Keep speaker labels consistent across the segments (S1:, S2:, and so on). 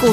S1: 股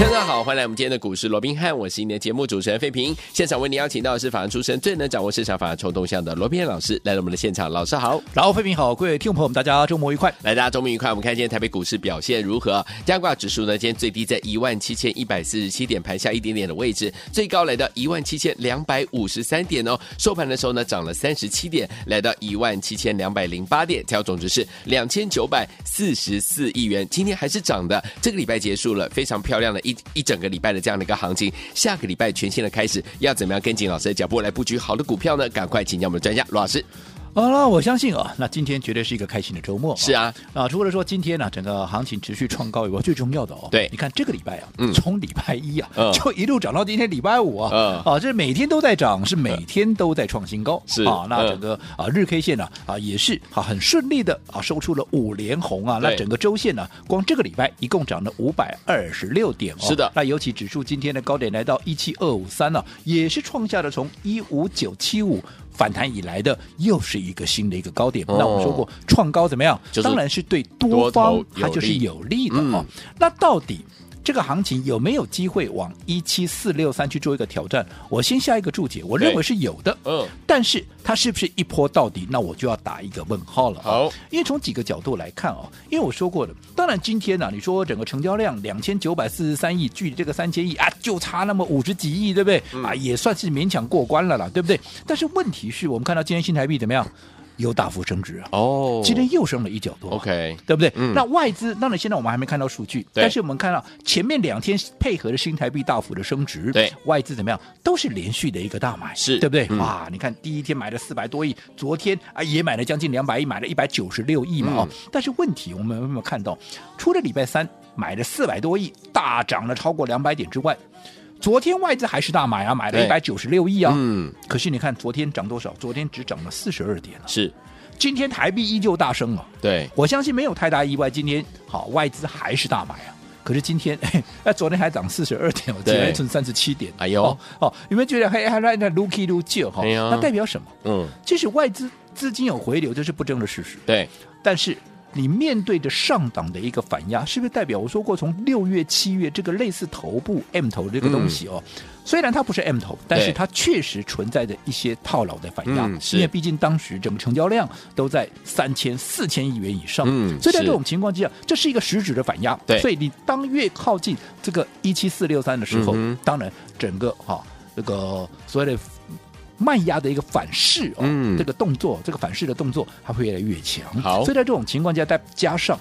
S2: 大家好，欢迎来我们今天的股市罗宾汉，我是你的节目主持人费平。现场为您邀请到的是法案出身、最能掌握市场法案冲动向的罗宾汉老师，来到我们的现场，老师好。
S3: 然后，费平好，各位听众朋友们，大家周末愉快。
S2: 来，大家周末愉快。我们看今天台北股市表现如何？加挂指数呢，今天最低在一万七千一百四十七点，盘下一点点的位置，最高来到一万七千两百五十三点哦。收盘的时候呢，涨了三十七点，来到一万七千两百零八点，调总值是两千九百四十四亿元。今天还是涨的，这个礼拜结束了，非常漂亮的一一整个礼拜的这样的一个行情。下个礼拜全新的开始，要怎么样跟紧老师的脚步来布局好的股票呢？赶快请教我们的专家罗老师。
S3: 好了，我相信啊，那今天绝对是一个开心的周末、
S2: 是啊，
S3: 啊，除了说今天呢、整个行情持续创高以外，最重要的哦，
S2: 对
S3: 你看这个礼拜啊，
S2: 嗯
S3: 从礼拜一啊，
S2: 嗯
S3: 就一路涨到今天礼拜五啊，啊，这每天都在涨，是每天都在创新高，
S2: 是
S3: 啊，那
S2: 嗯
S3: 整个啊日 K 线呢啊也是啊很顺利的啊收出了五连红啊，那
S2: 对
S3: 整个周线呢、光这个礼拜一共涨了五百二十六点哦，
S2: 是的
S3: 那尤其指数今天的高点来到一七二五三了，也是创下了从一五九七五反弹以来的又是一个新的一个高点。
S2: 哦
S3: 那我们说过，创高怎么样？
S2: 就是
S3: 当然是对多方
S2: 多头有利嗯
S3: 它就是有利的哦。那到底？这个行情有没有机会往一七四六三去做一个挑战？我先下一个注解，我
S2: 对
S3: 认为是有的。
S2: 嗯，
S3: 但是它是不是一波到底？那我就要打一个问号了、啊
S2: 好，
S3: 因为从几个角度来看哦，因为我说过了，当然今天呢、啊你说整个成交量两千九百四十三亿，距离这个三千亿啊，就差那么五十几亿，对不对？
S2: 嗯
S3: 啊，也算是勉强过关了啦，对不对？但是问题是我们看到今天新台币怎么样，有大幅升值啊，
S2: 哦
S3: 今天又升了一角多啊、
S2: OK，
S3: 对不对？
S2: 嗯
S3: 那外资，当然现在我们还没看到数据，
S2: 对
S3: 但是我们看到前面两天配合的新台币大幅的升值，
S2: 对
S3: 外资怎么样，都是连续的一个大买，
S2: 是
S3: 对不对？
S2: 嗯
S3: 哇，你看第一天买了四百多亿，昨天啊也买了将近两百亿，买了一百九十六亿嘛、
S2: 嗯
S3: 哦。但是问题我们有没有看到，除了礼拜三买了四百多亿，大涨了超过两百点之外，昨天外资还是大买啊，买了
S2: 对
S3: 一百九十六亿啊。
S2: 嗯，
S3: 可是你看昨天涨多少？昨天只涨了四十二点啊，
S2: 是
S3: 今天台币依旧大升啊。
S2: 对，
S3: 我相信没有太大意外。今天好，外资还是大买啊。可是今天，哎，那昨天还涨四十二点，我今
S2: 对
S3: 天剩三十七点。
S2: 哎呦
S3: 哦，哦有没有觉得还还在那 looky l o o k 哈？
S2: 哎呀
S3: 那代表什么？
S2: 嗯，
S3: 即使外资资金有回流，这是不争的事实。
S2: 对，
S3: 但是你面对着上档的一个反压，是不是代表我说过，从六月、七月这个类似头部 M 头这个东西哦，
S2: 嗯
S3: 虽然它不是 M 头，但是它确实存在着一些套牢的反压，
S2: 嗯是
S3: 因为毕竟当时整个成交量都在三千、四千亿元以上，
S2: 嗯
S3: 所以在
S2: 是
S3: 这种情况之下，这是一个实质的反压，
S2: 对
S3: 所以你当越靠近这个一七四六三的时候，
S2: 嗯哼
S3: 当然整个哈、这个所谓的。卖压的一个反噬哦，
S2: 嗯
S3: 这个动作，这个反噬的动作，它会越来越强。
S2: 好
S3: 所以在这种情况下，再加上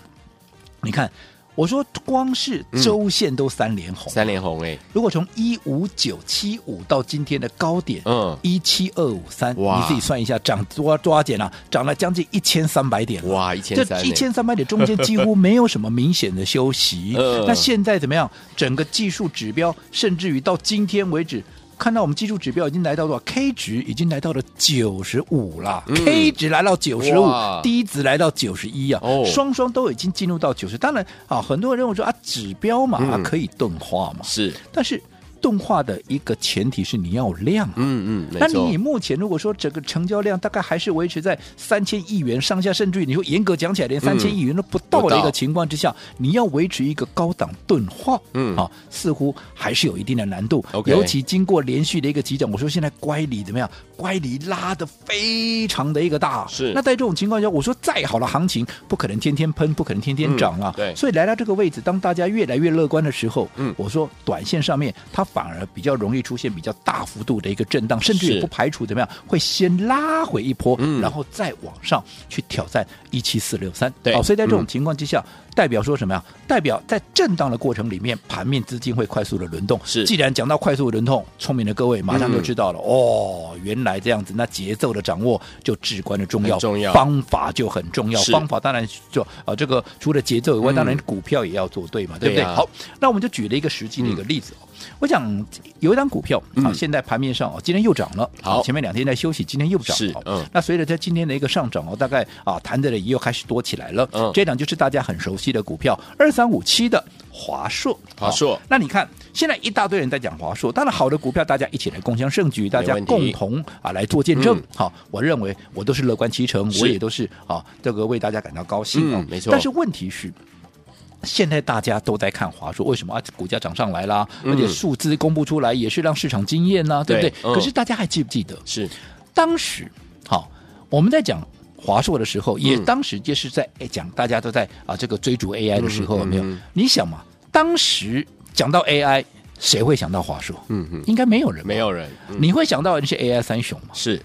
S3: 你看，我说光是周线都三连红，
S2: 三连红哎，
S3: 如果从一五九七五到今天的高点，
S2: 嗯
S3: 一七二五三，
S2: 哇
S3: 你自己算一下，涨多多少点啊？涨了将近一千三百点了。
S2: 哇，一千
S3: 这
S2: 三，。
S3: 一千三百点中间几乎没有什么明显的休息
S2: 呃
S3: 那现在怎么样？整个技术指标，甚至于到今天为止，看到我们技术指标已经来到多少？K 值已经来到了九十五了、
S2: 嗯
S3: k 值来到九十五
S2: 哇，
S3: 低值来到九十一啊，
S2: 哦
S3: 双双都已经进入到九十。当然啊，很多人认为说啊，指标嘛、
S2: 嗯
S3: 啊可以钝化嘛，
S2: 是，
S3: 但是钝化的一个前提是你要有量啊。
S2: 嗯嗯，没
S3: 那
S2: 错
S3: 你以目前如果说整个成交量大概还是维持在三千亿元上下，甚至于你说严格讲起来连三千亿元都不到
S2: 嗯不
S3: 的
S2: 到
S3: 一个情况之下，你要维持一个高档钝化，
S2: 嗯
S3: 啊，似乎还是有一定的难度。
S2: OK
S3: 尤其经过连续的一个急涨，我说现在乖离怎么样？乖离拉的非常的一个大，
S2: 是
S3: 那在这种情况下，我说再好的行情不可能天天喷，不可能天天涨啊
S2: 嗯。对
S3: 所以来到这个位置，当大家越来越乐观的时候，
S2: 嗯
S3: 我说短线上面它反而比较容易出现比较大幅度的一个震荡，甚至
S2: 是
S3: 也不排除怎么样会先拉回一波，
S2: 嗯
S3: 然后再往上去挑战一七四六三。
S2: 对
S3: 好、所以在这
S2: 嗯
S3: 种情情况之下，代表说什么呀？代表在震荡的过程里面，盘面资金会快速的轮动。
S2: 是嗯
S3: 既然讲到快速轮动，聪明的各位马上就知道了、哦，原来这样子，那节奏的掌握就至关的重要，
S2: 很重要
S3: 方法就很重要。
S2: 是
S3: 方法当然就啊、呃这个除了节奏以外，
S2: 嗯
S3: 当然股票也要做对嘛，对不
S2: 对
S3: 对？
S2: 啊
S3: 好，那我们就举了一个实际的一个例子哦。我想有一档股票啊，
S2: 嗯
S3: 现在盘面上哦，今天又涨了。
S2: 好
S3: 前面两天在休息，今天又涨
S2: 是
S3: 了。
S2: 嗯
S3: 那随着它今天的一个上涨哦，大概啊，谈的也又开始多起来了。
S2: 嗯
S3: 这档就是大家很熟悉的股票二三五七的华硕。
S2: 华硕
S3: 好那你看现在一大堆人在讲华硕，当然好的股票大家一起来共襄盛举，大家
S2: 问题
S3: 共同啊来做见证
S2: 嗯。
S3: 好，我认为我都是乐观其成，
S2: 是
S3: 我也都是啊这个为大家感到高兴啊
S2: 嗯。没错
S3: 但是问题是。现在大家都在看华硕，为什么啊？股价涨上来啦，
S2: 嗯
S3: 而且数字公布出来也是让市场惊艳呐、对不
S2: 对
S3: 对？
S2: 嗯
S3: 可是大家还记不记得
S2: 是
S3: 当时？好，我们在讲。华硕的时候，也
S2: 嗯
S3: 当时就是在哎讲，大家都在啊这个追逐 AI 的时候，
S2: 嗯哼
S3: 有没有
S2: 嗯哼？
S3: 你想嘛，当时讲到 AI，谁会想到华硕？
S2: 嗯哼，
S3: 应该没有人吧，
S2: 没有人，嗯
S3: 你会想到的是 AI 三雄嘛？
S2: 是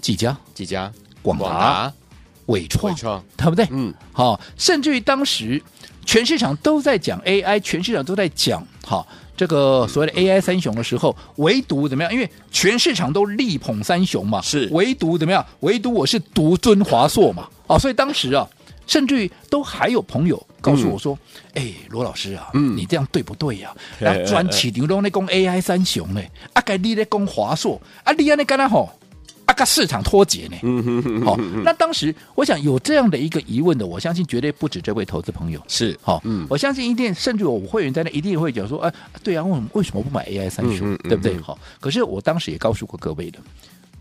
S3: 技嘉、
S2: 几家？
S3: 广达、伟
S2: 伟
S3: 创，
S2: 创，
S3: 对不对？
S2: 嗯，
S3: 好、甚至于当时全市场都在讲 AI，全市场都在讲好、这个所谓
S2: 嗯
S3: 的 AI 三雄的时候，唯独怎么样？因为全市场都力捧三雄嘛，
S2: 是
S3: 唯独怎么样？唯独我是独尊华硕嘛，啊、所以当时啊，甚至于都还有朋友告诉我说：“哎、罗老师啊，
S2: 嗯
S3: 你这样对不对呀、 那专起牛龙那攻 AI 三雄呢，啊，该你在攻华硕，啊，你安那干那吼，啊，跟市场脱节呢。”
S2: 嗯哼哼，
S3: 好、那当时我想有这样的一个疑问的，我相信绝对不止这位投资朋友。
S2: 是
S3: 好、
S2: 嗯
S3: 我相信一定，甚至我会员在那一定会讲说，哎、对啊，为什么为什么不买 AI 三雄，
S2: 嗯嗯嗯
S3: 对不对？
S2: 嗯
S3: 好、可是我当时也告诉过各位的，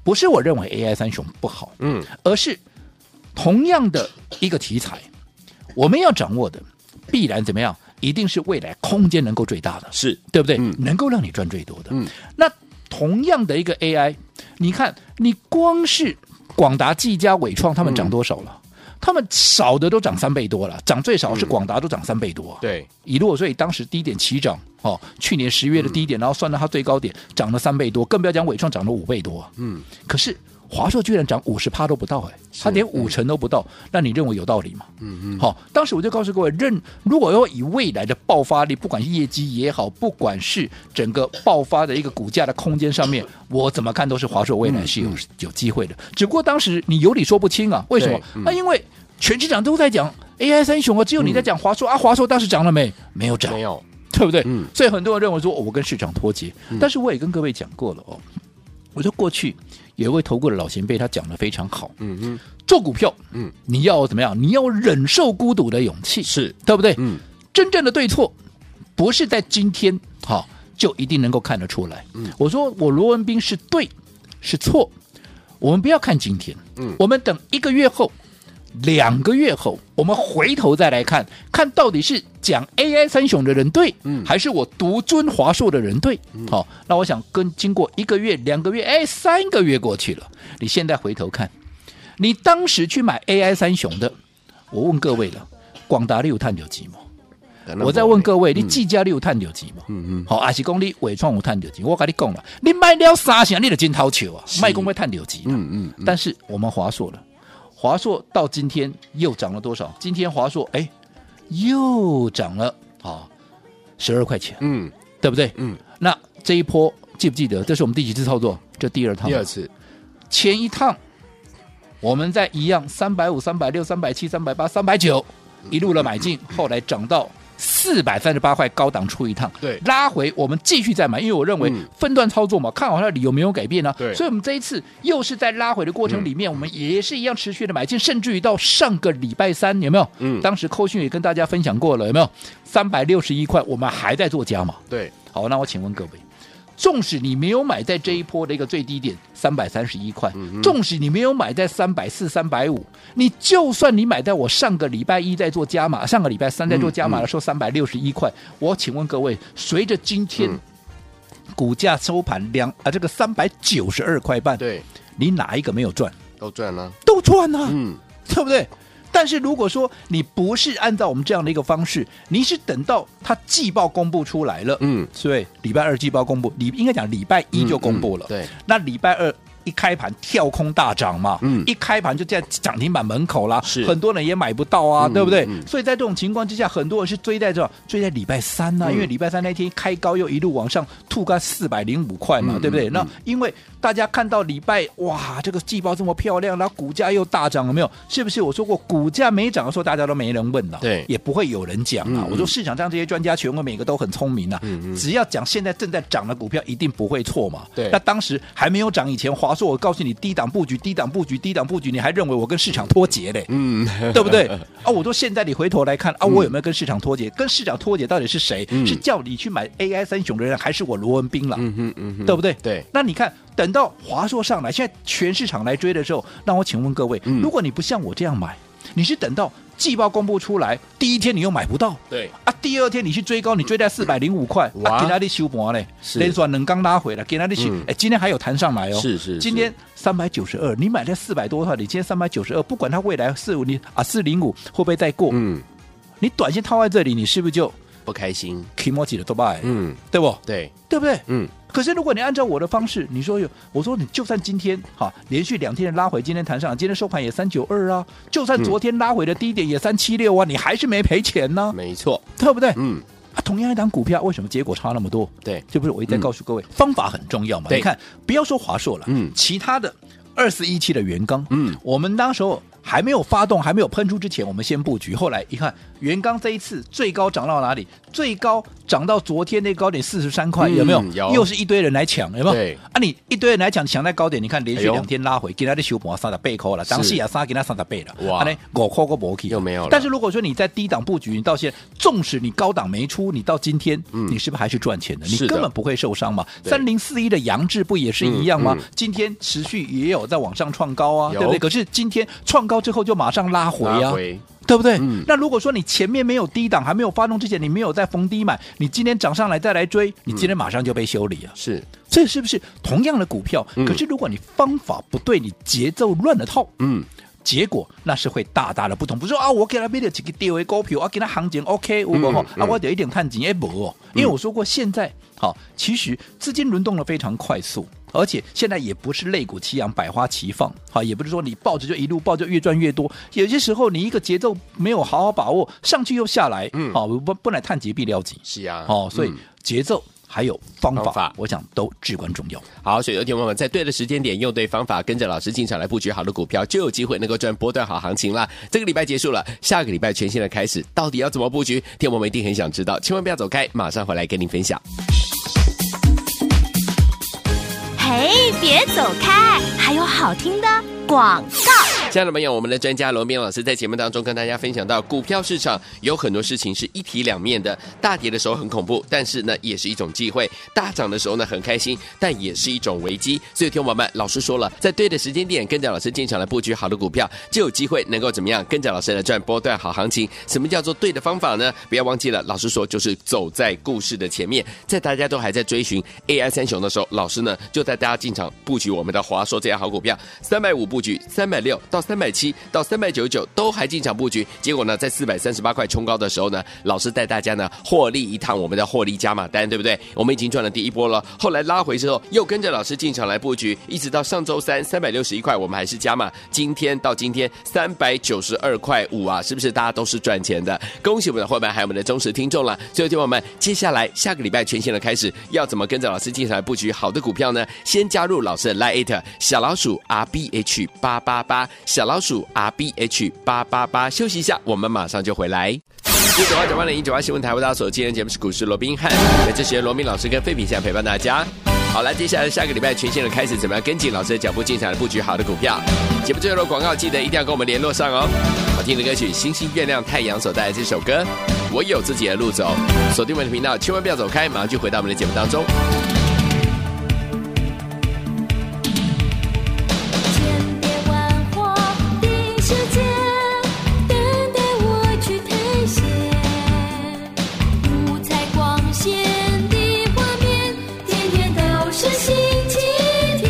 S3: 不是我认为 AI 三雄不好，
S2: 嗯，
S3: 而是同样的一个题材，我们要掌握的必然怎么样，一定是未来空间能够最大的，
S2: 是
S3: 对不对？
S2: 嗯
S3: 能够让你赚最多的。
S2: 嗯
S3: 那同样的一个 AI，你看，你光是广达、技嘉、伟创，他
S2: 嗯
S3: 们涨多少了？他们少的都涨三倍多了，涨最少
S2: 嗯
S3: 是广达都涨三倍多、啊。
S2: 对，
S3: 以落，所以当时低点起涨哦，去年十月
S2: 嗯
S3: 的低点，然后算到它最高点，涨了三倍多，更不要讲伟创涨了五倍多。
S2: 嗯，
S3: 可是华硕居然涨五十趴都不到、哎，它
S2: 嗯
S3: 连五成都不到，那你认为有道理吗？嗯嗯。好、当时我就告诉各位，认如果要以未来的爆发力，不管是业绩也好，不管是整个爆发的一个股价的空间上面，我怎么看都是华硕未来
S2: 嗯
S3: 是有、有机会的。只不过当时你有理说不清啊，为什么
S2: 对？嗯
S3: 那、因为全市场都在讲 AI 三雄啊，只有你在讲华硕、啊，华硕当时涨了没？没有涨
S2: 没，有，
S3: 对不对？
S2: 嗯
S3: 所以很多人认为说、哦我跟市场脱节，但是我也跟各位讲过了哦，我说过去有一位投顾的老前辈，他讲的非常好，
S2: 嗯哼，
S3: 做股票，
S2: 嗯，
S3: 你要怎么样？你要忍受孤独的勇气，
S2: 是，
S3: 对不对？
S2: 嗯，
S3: 真正的对错，不是在今天好、就一定能够看得出来。嗯，我说我罗文斌是对是错，我们不要看今天，
S2: 嗯
S3: 我们等一个月后。两个月后，我们回头再来看看到底是讲 AI 三雄的人对，
S2: 嗯
S3: 还是我独尊华硕的人对？好、那我想跟经过一个月、两个月，哎，三个月过去了，你现在回头看，你当时去买 AI 三雄的，我问各位了，广达六探有几毛？我再问各位，你技嘉你有探到钱吗？
S2: 嗯嗯
S3: 好，还是讲你伟创有探到钱？我跟你讲了，你卖了三成，你就真掏球啊，卖公会探到钱。
S2: 嗯嗯嗯，
S3: 但是我们华硕了，华硕到今天又涨了多少？今天华硕哎，又涨了啊，十二块钱，
S2: 嗯，
S3: 对不对？
S2: 嗯。
S3: 那这一波记不记得？这是我们第几次操作？这第二趟。
S2: 第二次
S3: 前一趟我们在一样三百五、三百六、三百七、三百八、三百九
S2: 嗯
S3: 一路的买 进，后来涨到。四百三十八块高档出一趟，
S2: 对
S3: 拉回我们继续再买，因为我认为
S2: 嗯
S3: 分段操作嘛，看好它的理由没有改变呢、啊
S2: 对嗯
S3: 所以我们这一次又是在拉回的过程里面，我们也是一样持续的买进，甚至于到上个礼拜三有没有？
S2: 嗯
S3: 当时扣讯也跟大家分享过了，有没有？三百六十一块，我们还在做加码，
S2: 对，
S3: 好，那我请问各位，纵使你没有买在这一波的一个最低点三百三十一块，
S2: 嗯
S3: 纵使你没有买在三百四、三百五，你就算你买在我上个礼拜一在做加码，上个礼拜三在
S2: 嗯
S3: 做加码的时候三百六十一块，我请问各位，随着今天
S2: 嗯
S3: 股价收盘两啊这个三百九十二块半，
S2: 对，
S3: 你哪一个没有赚？
S2: 都赚了，
S3: 都赚啊！
S2: 嗯，
S3: 对不对？但是如果说你不是按照我们这样的一个方式，你是等到它季报公布出来了，
S2: 嗯，
S3: 对，礼拜二季报公布，礼应该讲礼拜一就公布了，
S2: 嗯嗯对，
S3: 那礼拜二一开盘跳空大涨嘛，
S2: 嗯
S3: 一开盘就在涨停板门口啦，
S2: 是
S3: 很多人也买不到啊，
S2: 嗯
S3: 对不对？
S2: 嗯嗯
S3: 所以在这种情况之下，很多人是追在这追在礼拜三呐、
S2: 嗯
S3: 因为礼拜三那天开高又一路往上吐个四百零五块嘛，
S2: 嗯
S3: 对不对？
S2: 嗯
S3: 那
S2: 嗯
S3: 因为大家看到礼拜哇，这个季报这么漂亮，然后股价又大涨，有没有？是不是我说过股价没涨的时候，大家都没人问了，
S2: 对
S3: 也不会有人讲
S2: 嗯
S3: 啊。
S2: 嗯
S3: 我说市场上这些专家权威每个都很聪明啊，
S2: 嗯嗯
S3: 只要讲现在正在涨的股票，一定不会错嘛。
S2: 对
S3: 那当时还没有涨以前，华硕我告诉你低档布局，低档布局，低档布局，你还认为我跟市场脱节嘞？
S2: 嗯，
S3: 对不对？啊，我说现在你回头来看啊，我有没有跟市场脱节？跟市场脱节到底是谁？
S2: 嗯
S3: 是叫你去买 AI 三雄的人，还是我罗文斌了？
S2: 嗯哼嗯哼
S3: 对不对？
S2: 对，
S3: 那你看，等到华硕上来，现在全市场来追的时候，那我请问各位，
S2: 嗯
S3: 如果你不像我这样买，你是等到季报公布出来第一天你又买不到，
S2: 对，
S3: 啊，第二天你去追高，你追在四百零五块，
S2: 哇
S3: 啊，给他的修盘嘞，
S2: 是
S3: 连转能刚拉回来，给他的修
S2: 嗯，
S3: 哎，今天还有弹上来哦，
S2: 是是
S3: 今天三百九十二，你买在四百多块，你今天三百九十二，不管它未来四五零啊四零五会不会再过，
S2: 嗯，
S3: 你短线套在这里，你是不是就
S2: 不开心，
S3: 提莫起的多拜，
S2: 嗯，
S3: 对不？
S2: 对，
S3: 对不对？
S2: 嗯，
S3: 可是如果你按照我的方式，你说有，我说你就算今天哈连续两天的拉回，今天弹上来，今天收盘也三九二啊，就
S2: 嗯
S3: 算昨天拉回的低点也三七六啊，你还是没赔钱呢、
S2: 没错，
S3: 对不对？
S2: 嗯，
S3: 啊，同样一档股票，为什么结果差那么多？
S2: 对，嗯
S3: 这不是我一再告诉各位，方法很重要嘛。
S2: 对
S3: 你看，不要说华硕了，
S2: 嗯
S3: 其他的二四一七的元刚，
S2: 嗯，
S3: 我们当时候还没有发动、还没有喷出之前，我们先布局。后来一看，元刚这一次最高涨到哪里？最高涨到昨天那高点四十三块，
S2: 嗯
S3: 有没有？
S2: 有
S3: 又是一堆人来抢，有没有？
S2: 对
S3: 啊，你一堆人来抢，抢在高点，你看连续
S2: 哎呦
S3: 两天拉回，给他的修盘三十倍扣了，当时也杀给他三十倍了，
S2: 哇
S3: 啊嘞，五块个无去，
S2: 又没有了
S3: 但是如果说你在低档布局，你到现在，纵使你高档没出，你到今天，
S2: 嗯
S3: 你是不是还是赚钱的？你
S2: 是的
S3: 根本不会受伤嘛。
S2: 对
S3: 三零四一的杨志不也是一样吗？
S2: 嗯嗯
S3: 今天持续也有在往上创高啊，
S2: 有
S3: 对不对？可是今天创高之后就马上拉回
S2: 拉
S3: 啊，
S2: 回，
S3: 对不对？
S2: 嗯
S3: 那如果说你前面没有低档，还没有发动之前，你没有在逢低买，你今天涨上来再来追，你
S2: 嗯
S3: 今天马上就被修理啊。
S2: 是，
S3: 这是不是同样的股票？
S2: 嗯
S3: 可是如果你方法不对，你节奏乱了套，
S2: 嗯，
S3: 结果那是会大大的不同。不是说啊，我给他买了一个低位股票，我啊给他行情 OK，有无吼？
S2: 嗯
S3: 啊，我得一点探钱哎无哦，因为我说过现在好、其实资金轮动的非常快速。而且现在也不是肋骨齐扬、百花齐放，好，也不是说你抱着就一路抱就越赚越多。有些时候你一个节奏没有好好把握，上去又下来，
S2: 嗯
S3: 好、不不来探及必了急，
S2: 是呀，
S3: 哦，所以
S2: 嗯
S3: 节奏还有方法，
S2: 方法
S3: 我想都至关重要。
S2: 好，所以有听我们在对的时间点，用对方法，跟着老师进场来布局好的股票，就有机会能够赚波段好行情啦。这个礼拜结束了，下个礼拜全新的开始，到底要怎么布局？听我们一定很想知道，千万不要走开，马上回来跟您分享。
S1: 嘿，别走开，还有好听的广告。
S2: 亲爱的朋友我们的专家罗斌老师在节目当中跟大家分享到，股票市场有很多事情是一体两面的，大跌的时候很恐怖，但是呢也是一种机会；大涨的时候呢很开心，但也是一种危机。所以听我们，老师说了，在对的时间点跟着老师进场来布局好的股票，就有机会能够怎么样跟着老师来赚波段好行情。什么叫做对的方法呢？不要忘记了，老师说就是走在故事的前面，在大家都还在追寻 AI 三雄的时候，老师呢就带大家进场布局我们的华硕这家好股票，三百五布局，三百六到三百七到三百九十九都还进场布局，结果呢在四百三十八块冲高的时候呢，老师带大家呢获利一趟我们的获利加码单，对不对？我们已经赚了第一波了，后来拉回之后又跟着老师进场来布局，一直到上周三三百六十一块，我们还是加码，今天到今天三百九十二块五啊，是不是大家都是赚钱的？恭喜我们的伙伴还有我们的忠实听众了。所以，听众朋友们，接下来下个礼拜全新的开始，要怎么跟着老师进场来布局好的股票呢？先加入老师的 Lite 小老鼠 R B H 八八八，小老鼠 R B H 八八八，休息一下，我们马上就回来。一九八九八零一九八新闻台为大家所今天节目是股市罗宾汉，在这时罗宾老师跟废品现在陪伴大家。好来，接下来下个礼拜全新的开始，怎么样跟紧老师的脚步进场来布局好的股票？节目最后的广告记得一定要跟我们联络上哦。好听的歌曲《星星月亮太阳》所带来这首歌《我有自己的路走》，锁定我们的频道，千万不要走开，马上就回到我们的节目当中。
S4: 千变万化的世界，等待我去探险。五彩光线的画面，天天都是星期天。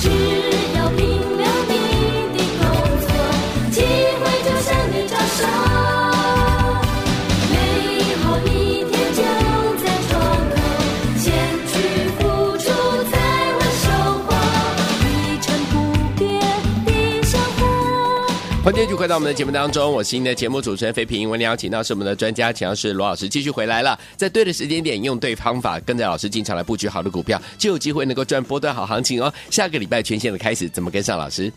S4: 只要拼了命的工作，机会就向你招手。美好一天就在窗口，
S2: 欢迎继续回到我们的节目当中，我是您的节目主持人肥平。我们邀请到是我们的专家，强是罗老师继续回来了，在对的时间点用对方法，跟着老师进场来布局好的股票，就有机会能够赚波段好行情哦。下个礼拜全线的开始怎么跟上老师？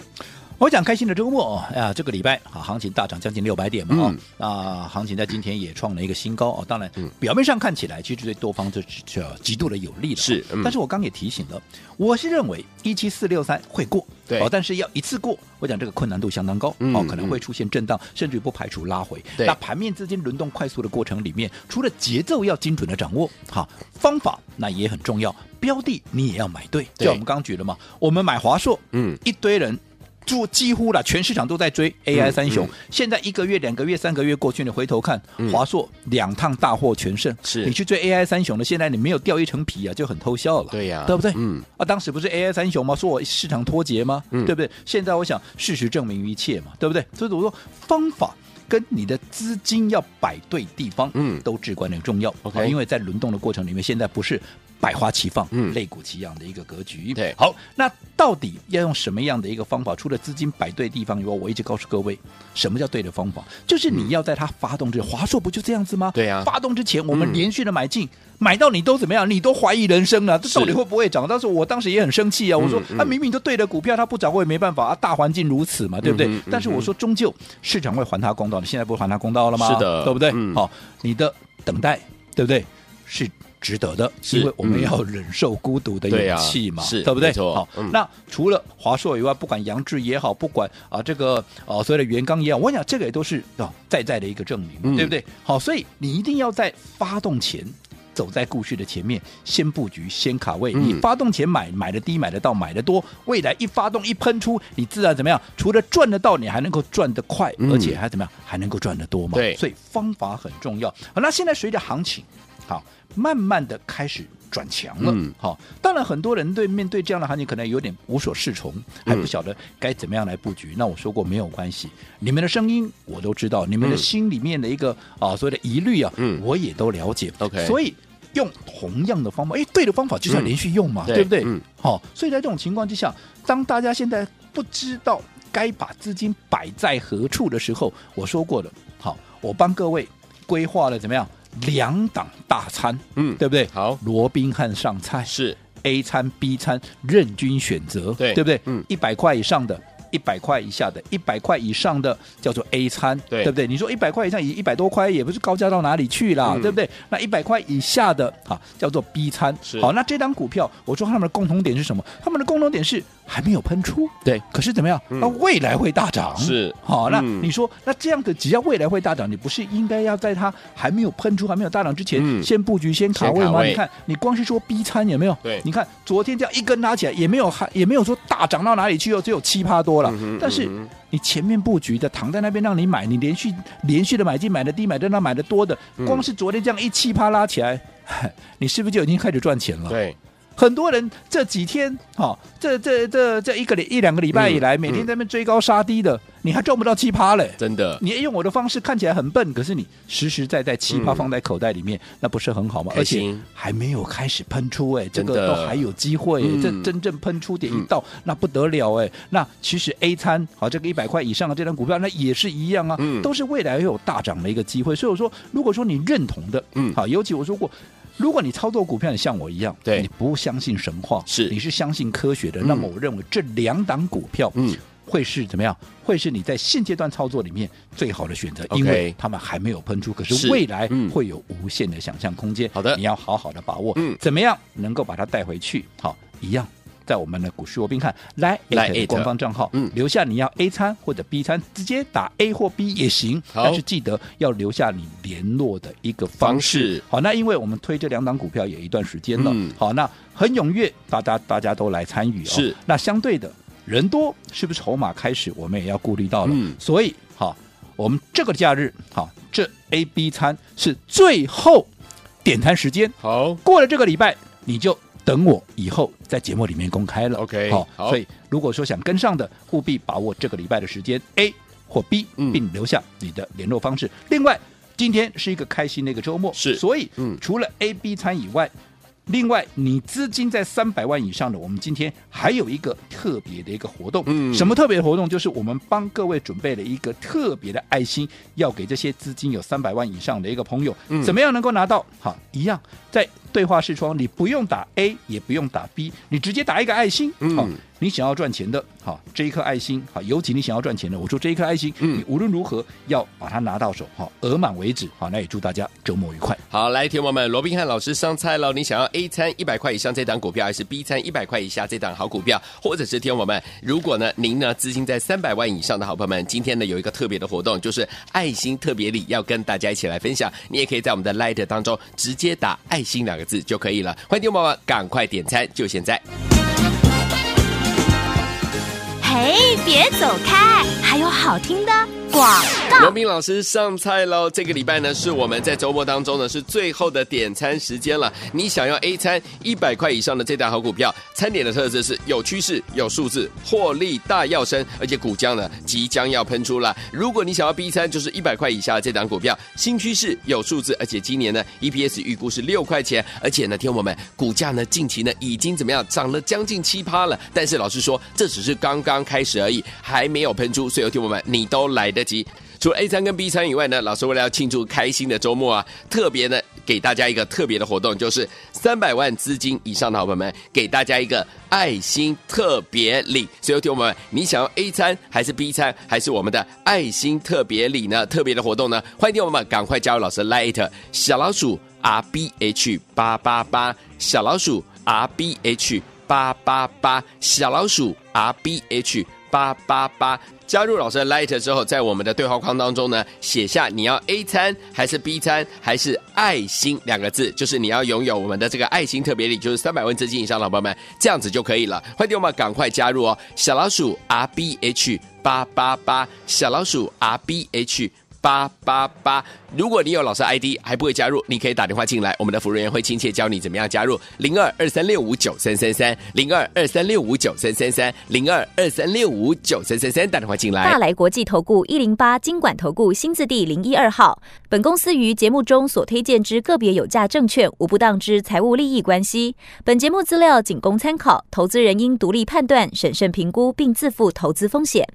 S3: 我讲开心的周末哦，哎呀，这个礼拜啊，行情大涨将近六百点嘛啊、
S2: 嗯
S3: 啊，行情在今天也创了一个新高哦。当然，表面上看起来其实对多方这这啊极度的有利了，
S2: 是嗯
S3: 但是我刚也提醒了，我是认为一七四六三会过，
S2: 对
S3: 哦，但是要一次过，我讲这个困难度相当高、
S2: 嗯
S3: 哦，可能会出现震荡，甚至不排除拉回。
S2: 对
S3: 那盘面资金轮动快速的过程里面，除了节奏要精准的掌握，好方法那也很重要，标的你也要买对。
S2: 对
S3: 就我们刚举了嘛，我们买华硕，
S2: 嗯
S3: 一堆人。就几乎了，全市场都在追 AI 三雄。
S2: 嗯
S3: 现在一个月、两个月、三个月过去，你回头看，
S2: 嗯
S3: 华硕两趟大获全胜。
S2: 是
S3: 你去追 AI 三雄的，现在你没有掉一层皮啊，就很偷笑了。
S2: 对呀
S3: 对不对？
S2: 嗯
S3: 啊，当时不是 AI 三雄吗？说我市场脱节吗？
S2: 嗯
S3: 对不对？现在我想事实证明一切嘛，对不对？所以我说方法。跟你的资金要摆对地方，
S2: 嗯
S3: 都至关的重要。
S2: OK
S3: 啊因为在轮动的过程里面，现在不是百花齐放、
S2: 嗯
S3: 肋骨齐扬的一个格局。
S2: 对
S3: 好，那到底要用什么样的一个方法？除了资金摆对地方以外，我一直告诉各位，什么叫对的方法？就是你要在它发动之前，华硕不就这样子吗？
S2: 对啊
S3: 发动之前我们
S2: 嗯
S3: 连续的买进，买到你都怎么样？你都怀疑人生了，啊这
S2: 是
S3: 到底会不会涨？但是我当时也很生气啊，我说
S2: 嗯嗯
S3: 啊，明明就对的股票它不涨，我也没办法啊，大环境如此嘛，对不对
S2: 嗯哼？
S3: 但是我说，终究市场会还它公道的，现在不还它公道了吗？
S2: 是的
S3: 对不对
S2: 嗯？
S3: 好，你的等待，对不对？是值得的，
S2: 是
S3: 因为我们
S2: 嗯
S3: 要忍受孤独的
S2: 对啊
S3: 勇气嘛，
S2: 是
S3: 对不对
S2: 没？错
S3: 好
S2: 嗯，
S3: 那除了华硕以外，不管杨志也好，不管啊这个啊所谓的袁刚也好，我想这个也都是啊在在的一个证明嘛，
S2: 嗯
S3: 对不对？好，所以你一定要在发动前。走在故事的前面，先布局，先卡位。
S2: 嗯
S3: 你发动前买，买的低，买得到，买得多。未来一发动一喷出，你自然怎么样？除了赚得到，你还能够赚得快，
S2: 嗯
S3: 而且还怎么样？还能够赚得多嘛？
S2: 对
S3: 所以方法很重要。好，那现在随着行情，好，慢慢的开始转强了。
S2: 嗯
S3: 好，当然很多人对面对这样的行情可能有点无所适从，
S2: 嗯
S3: 还不晓得该怎么样来布局。那我说过没有关系，你们的声音我都知道，你们的
S2: 嗯
S3: 心里面的一个、啊所谓的疑虑啊，
S2: 嗯
S3: 我也都了解。
S2: OK
S3: 所以。用同样的方法，哎，对的方法就是要
S2: 嗯
S3: 连续用嘛，
S2: 对
S3: 对不对？
S2: 嗯
S3: 好、所以在这种情况之下，当大家现在不知道该把资金摆在何处的时候，我说过了，好，我帮各位规划了怎么样两档大餐，
S2: 嗯
S3: 对不对？
S2: 好
S3: 罗宾汉上菜
S2: 是
S3: A 餐、B 餐任君选择，
S2: 对
S3: 对不对？
S2: 嗯
S3: 一百块以上的。一百块以下的，一百块以上的叫做 A 餐，
S2: 对
S3: 不对？你说一百块以上，以一百多块也不是高价到哪里去啦，
S2: 嗯
S3: 对不对？那一百块以下的啊，叫做 B 餐
S2: 是。
S3: 好，那这张股票，我说他们的共同点是什么？他们的共同点是还没有喷出，
S2: 对。
S3: 可是怎么样？
S2: 嗯
S3: 那、未来会大涨，
S2: 是
S3: 好。那
S2: 嗯
S3: 你说，那这样的只要未来会大涨，你不是应该要在它还没有喷出、还没有大涨之前，
S2: 嗯
S3: 先布局、先卡
S2: 先
S3: 位
S2: 卡
S3: 吗？
S2: 位
S3: 你看，你光是说 B 餐有没有？
S2: 对
S3: 你看昨天这样一根拉起来，也没有还也没有说大涨到哪里去哦，只有七趴多了。
S2: 嗯哼
S3: 但是
S2: 嗯哼
S3: 你前面布局的躺在那边让你买，你连续连续的买进、买的低、买的那、买的多的，
S2: 嗯
S3: 光是昨天这样一七趴拉起来， 你是不是就已经开始赚钱了？
S2: 对，
S3: 很多人这几天，哈、这这这这一个礼一两个礼拜以来，
S2: 嗯
S3: 每天在那边追高杀低的，你还赚不到七趴嘞。
S2: 真的
S3: 你用我的方式看起来很笨，可是你实实在在七趴
S2: 嗯
S3: 放在口袋里面，那不是很好吗？
S2: 开
S3: 而且
S2: 心
S3: 还没有开始喷出、哎，这
S2: 真的
S3: 个都还有机会、哎
S2: 嗯
S3: 这真正喷出点一到，那不得了哎、那其实 A 餐好，这个一百块以上的这张股票，那也是一样啊，
S2: 嗯
S3: 都是未来会有大涨的一个机会。所以我说，如果说你认同的，
S2: 嗯
S3: 好，尤其我说过。如果你操作股票，你像我一样，
S2: 对
S3: 你不相信神话，
S2: 是
S3: 你是相信科学的，那么我认为这两档股票，
S2: 嗯，
S3: 会是怎么样？会是你在现阶段操作里面最好的选择，
S2: OK
S3: 因为他们还没有喷出，可
S2: 是
S3: 是未来
S2: 嗯
S3: 会有无限的想象空间。
S2: 好的
S3: 你要好好的把握。
S2: 嗯
S3: 怎么样能够把它带回去？好，一样。在我们的股市罗宾看来
S2: Line
S3: 的
S2: it
S3: 官方账号，
S2: 嗯
S3: 留下你要 A 餐或者 B 餐，直接打 A 或 B 也行，
S2: 好
S3: 但是记得要留下你联络的一个方
S2: 方
S3: 式
S2: 式。
S3: 好，那因为我们推这两档股票也一段时间了，
S2: 嗯
S3: 好，那很踊跃，大家大家都来参与哦。
S2: 是，
S3: 那相对的人多，是不是筹码开始我们也要顾虑到了？
S2: 嗯
S3: 所以好，我们这个假日好，这 A、B 餐是最后点餐时间，
S2: 好，
S3: 过了这个礼拜你就。等我以后在节目里面公开了
S2: OK，
S3: 好，
S2: 好
S3: 所以如果说想跟上的，务必把握这个礼拜的时间 A 或 B，、
S2: 嗯
S3: 并留下你的联络方式。另外，今天是一个开心的一个周末，
S2: 是
S3: 所以、
S2: 嗯
S3: 除了 A、B 餐以外，另外，你资金在三百万以上的，我们今天还有一个特别的一个活动，
S2: 嗯
S3: 什么特别的活动？就是我们帮各位准备了一个特别的爱心，要给这些资金有三百万以上的一个朋友，
S2: 嗯
S3: 怎么样能够拿到？好，一样在对话视窗，你不用打 A，也不用打 B，你直接打一个爱心，
S2: 嗯
S3: 好你想要赚钱的，好，这一颗爱心，好，尤其你想要赚钱的，我说这一颗爱心，
S2: 嗯
S3: 你无论如何要把它拿到手，好，额满为止，好，那也祝大家周末愉快。
S2: 好，来，听友们，罗宾汉老师上菜喽！你想要 A 餐一百块以上这档股票，还是 B 餐一百块以下这档好股票，或者是听友们，如果呢您呢资金在三百万以上的好朋友们，今天呢有一个特别的活动，就是爱心特别礼，要跟大家一起来分享。你也可以在我们的 Light 当中直接打“爱心”两个字就可以了。欢迎听友们赶快点餐，就现在！
S1: 嘿，别走开，还有好听的广告。
S2: 罗宾老师上菜喽！这个礼拜呢，是我们在周末当中呢是最后的点餐时间了。你想要 A 餐一百块以上的这档好股票，餐点的特质是有趋势、有数字、获利大要升，而且股价呢即将要喷出了。如果你想要 B 餐，就是一百块以下的这档股票，新趋势、有数字，而且今年呢，E EPS 预估是六块钱，而且呢，听我们股价呢近期呢已经怎么样涨了将近七趴了。但是老师说，这只是刚刚开始而已，还没有喷出，所以有听我们你都来得及。除了 A 餐跟 B 餐以外呢，老师为了要庆祝开心的周末啊，特别呢给大家一个特别的活动，就是三百万资金以上的好朋友们，给大家一个爱心特别礼。所以，听我们，你想要 A 餐还是 B 餐，还是我们的爱心特别礼呢？特别的活动呢，欢迎听我们赶快加入老师 Light 小老鼠 R B H 八八八小老鼠 R B H 八八八小老鼠 R B H。八八八。加入老师的 Light 之后，在我们的对话框当中呢，写下你要 A 餐还是 B 餐还是爱心两个字，就是你要拥有我们的这个爱心特别礼，就是三百万资金以上的伙伴们，这样子就可以了。欢迎我们赶快加入哦，小老鼠 R B H 八八八，小老鼠 R B H。八八八。如果你有老师 ID 还不会加入，你可以打电话进来，我们的服务人员会亲切教你怎么样加入零二二三六五九三三三零二二三六五九三三三零二二三六五九三三三打电话进来
S5: 大。来国际投顾一零八金管投顾新字第零一二号。本公司于节目中所推荐之个别有价证券，无不当之财务利益关系。本节目资料仅供参考，投资人应独立判断、审慎评估，并自负投资风险。